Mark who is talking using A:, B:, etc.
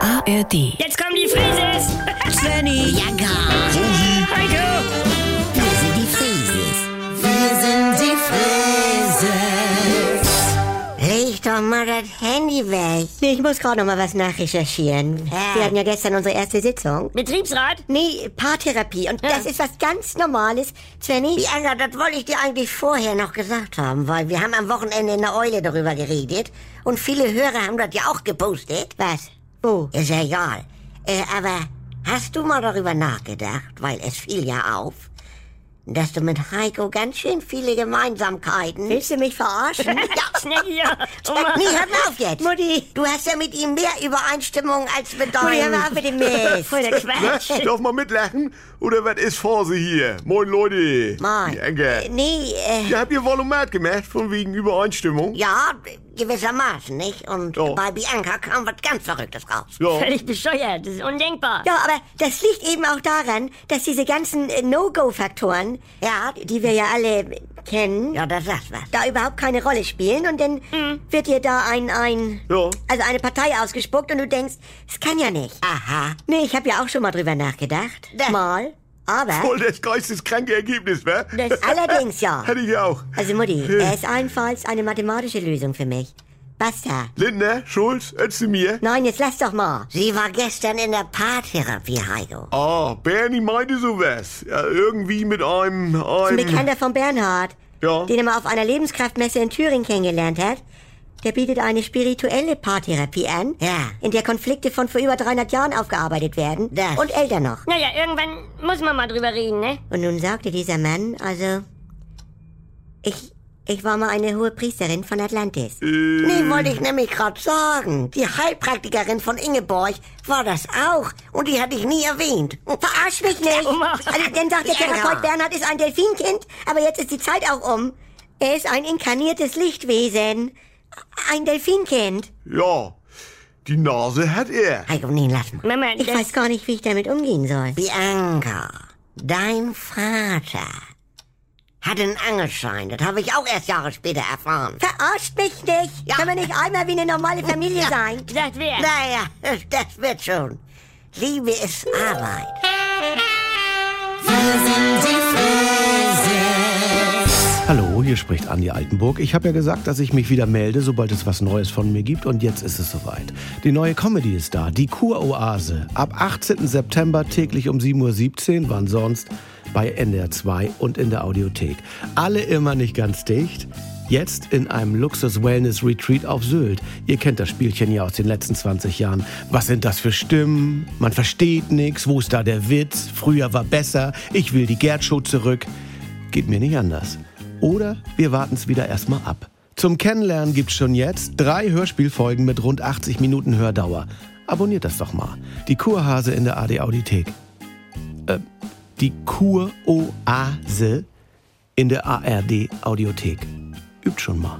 A: ARD.
B: Jetzt kommen die Frises!
C: Svenny,
D: Ja, gar.
B: Heiko!
D: Wir sind die Frieses.
C: wir sind die Frises.
D: Leg doch mal das Handy weg. Ich muss gerade noch mal was nachrecherchieren. Wir hatten ja gestern unsere erste Sitzung.
B: Betriebsrat?
D: Nee, Paartherapie. Und das ist was ganz Normales, Svenny. Bianca, das wollte ich dir eigentlich vorher noch gesagt haben, weil wir haben am Wochenende in der Eule darüber geredet. Und viele Hörer haben das ja auch gepostet. Was? Wo? Ist ja egal. Äh, aber hast du mal darüber nachgedacht, weil es fiel ja auf, dass du mit Heiko ganz schön viele Gemeinsamkeiten... Willst du mich verarschen? ja.
B: Schnecki, ja! Oma.
D: Nee, hör mal auf jetzt. Mutti. Du hast ja mit ihm mehr Übereinstimmung als mit deinem... Mutti, hör mal auf mit dem Mist.
B: Voll der Quatsch!
E: Was? Ne? Darf man mitlachen? Oder was ist vor sie hier? Moin Leute.
D: Moin.
E: Bianca.
D: Äh, Nee, äh,
E: Ja, habt ihr Volumat gemacht, von wegen Übereinstimmung?
D: ja, gewissermaßen, nicht? Und
E: Ja.
D: bei Bianca kam was ganz Verrücktes raus.
E: Ja.
B: Völlig bescheuert, das ist undenkbar.
D: Ja, aber das liegt eben auch daran, dass diese ganzen äh, No-Go-Faktoren, ja, die wir ja alle kennen, ja, das sagt was, da überhaupt keine Rolle spielen und dann wird dir da ein, ein,
E: Ja.
D: also eine Partei ausgespuckt und du denkst, es kann ja nicht. Aha. Nee, ich habe ja auch schon mal drüber nachgedacht. Mal, aber
E: Voll das geisteskranke Ergebnis, wa?
D: das allerdings ja.
E: Hatte ich auch.
D: Also Mutti, er ist allenfalls eine mathematische Lösung für mich. Basta.
E: Lindner, Schulz, Özdemir.
D: Nein, jetzt lass doch mal. Sie war gestern in der Paartherapie, Heiko.
E: Ah, Bernie meinte sowas. Ja, irgendwie mit einem,
D: Ein
E: einem...
D: Bekannter von Bernhard,
E: Ja.
D: den er mal auf einer Lebenskraftmesse in Thüringen kennengelernt hat. Der bietet eine spirituelle Paartherapie an,
C: Ja.
D: in der Konflikte von vor über 300 Jahren aufgearbeitet werden
C: Das-
D: und älter noch.
B: Naja, irgendwann muss man mal drüber reden, ne?
D: Und nun sagte dieser Mann, also, ich, ich war mal eine hohe Priesterin von Atlantis.
E: Äh,
C: Nee, wollte ich nämlich gerade sagen. Die Heilpraktikerin von Ingeborg war das auch. Und die hatte ich nie erwähnt.
D: Verarsch mich nicht!
B: Oma.
D: Also, dann sagt der
C: Ja.
D: Therapeut, Bernhard ist ein Delfinkind, aber jetzt ist die Zeit auch um. Er ist ein inkarniertes Lichtwesen. Ein Delfinkind.
E: Ja. Die Nase hat er.
C: Heiko, nee, lass mal.
B: Mama,
D: Ich
B: das,
D: weiß gar nicht, wie ich damit umgehen soll.
C: Bianca, dein Vater hat einen Angelschein. Das habe ich auch erst Jahre später erfahren.
D: Verarscht mich nicht!
C: Ja.
D: Kann man nicht einmal wie eine normale Familie sein?
B: sagt wer?
C: Naja, das wird schon. Liebe ist Arbeit.
F: Hallo, hier spricht Andi Altenburg. Ich habe ja gesagt, dass ich mich wieder melde, sobald es was Neues von mir gibt. Und jetzt ist es soweit. Die neue Comedy ist da, die Kuroase. Ab 18. September täglich um 7.17 Uhr, wann sonst, bei NDR 2 und in der Audiothek. Alle immer nicht ganz dicht. Jetzt in einem Luxus-Wellness-Retreat auf Sylt. Ihr kennt das Spielchen ja aus den letzten 20 Jahren. Was sind das für Stimmen? Man versteht nichts. Wo ist da der Witz? Früher war besser. Ich will die Gerd-Show zurück. Geht mir nicht anders. Oder wir warten es wieder erstmal ab. Zum Kennenlernen gibt's schon jetzt drei Hörspielfolgen mit rund 80 Minuten Hördauer. Abonniert das doch mal. Die Kurhase in der AD Audiothek. Äh, die Kuroase in der ARD Audiothek. Übt schon mal.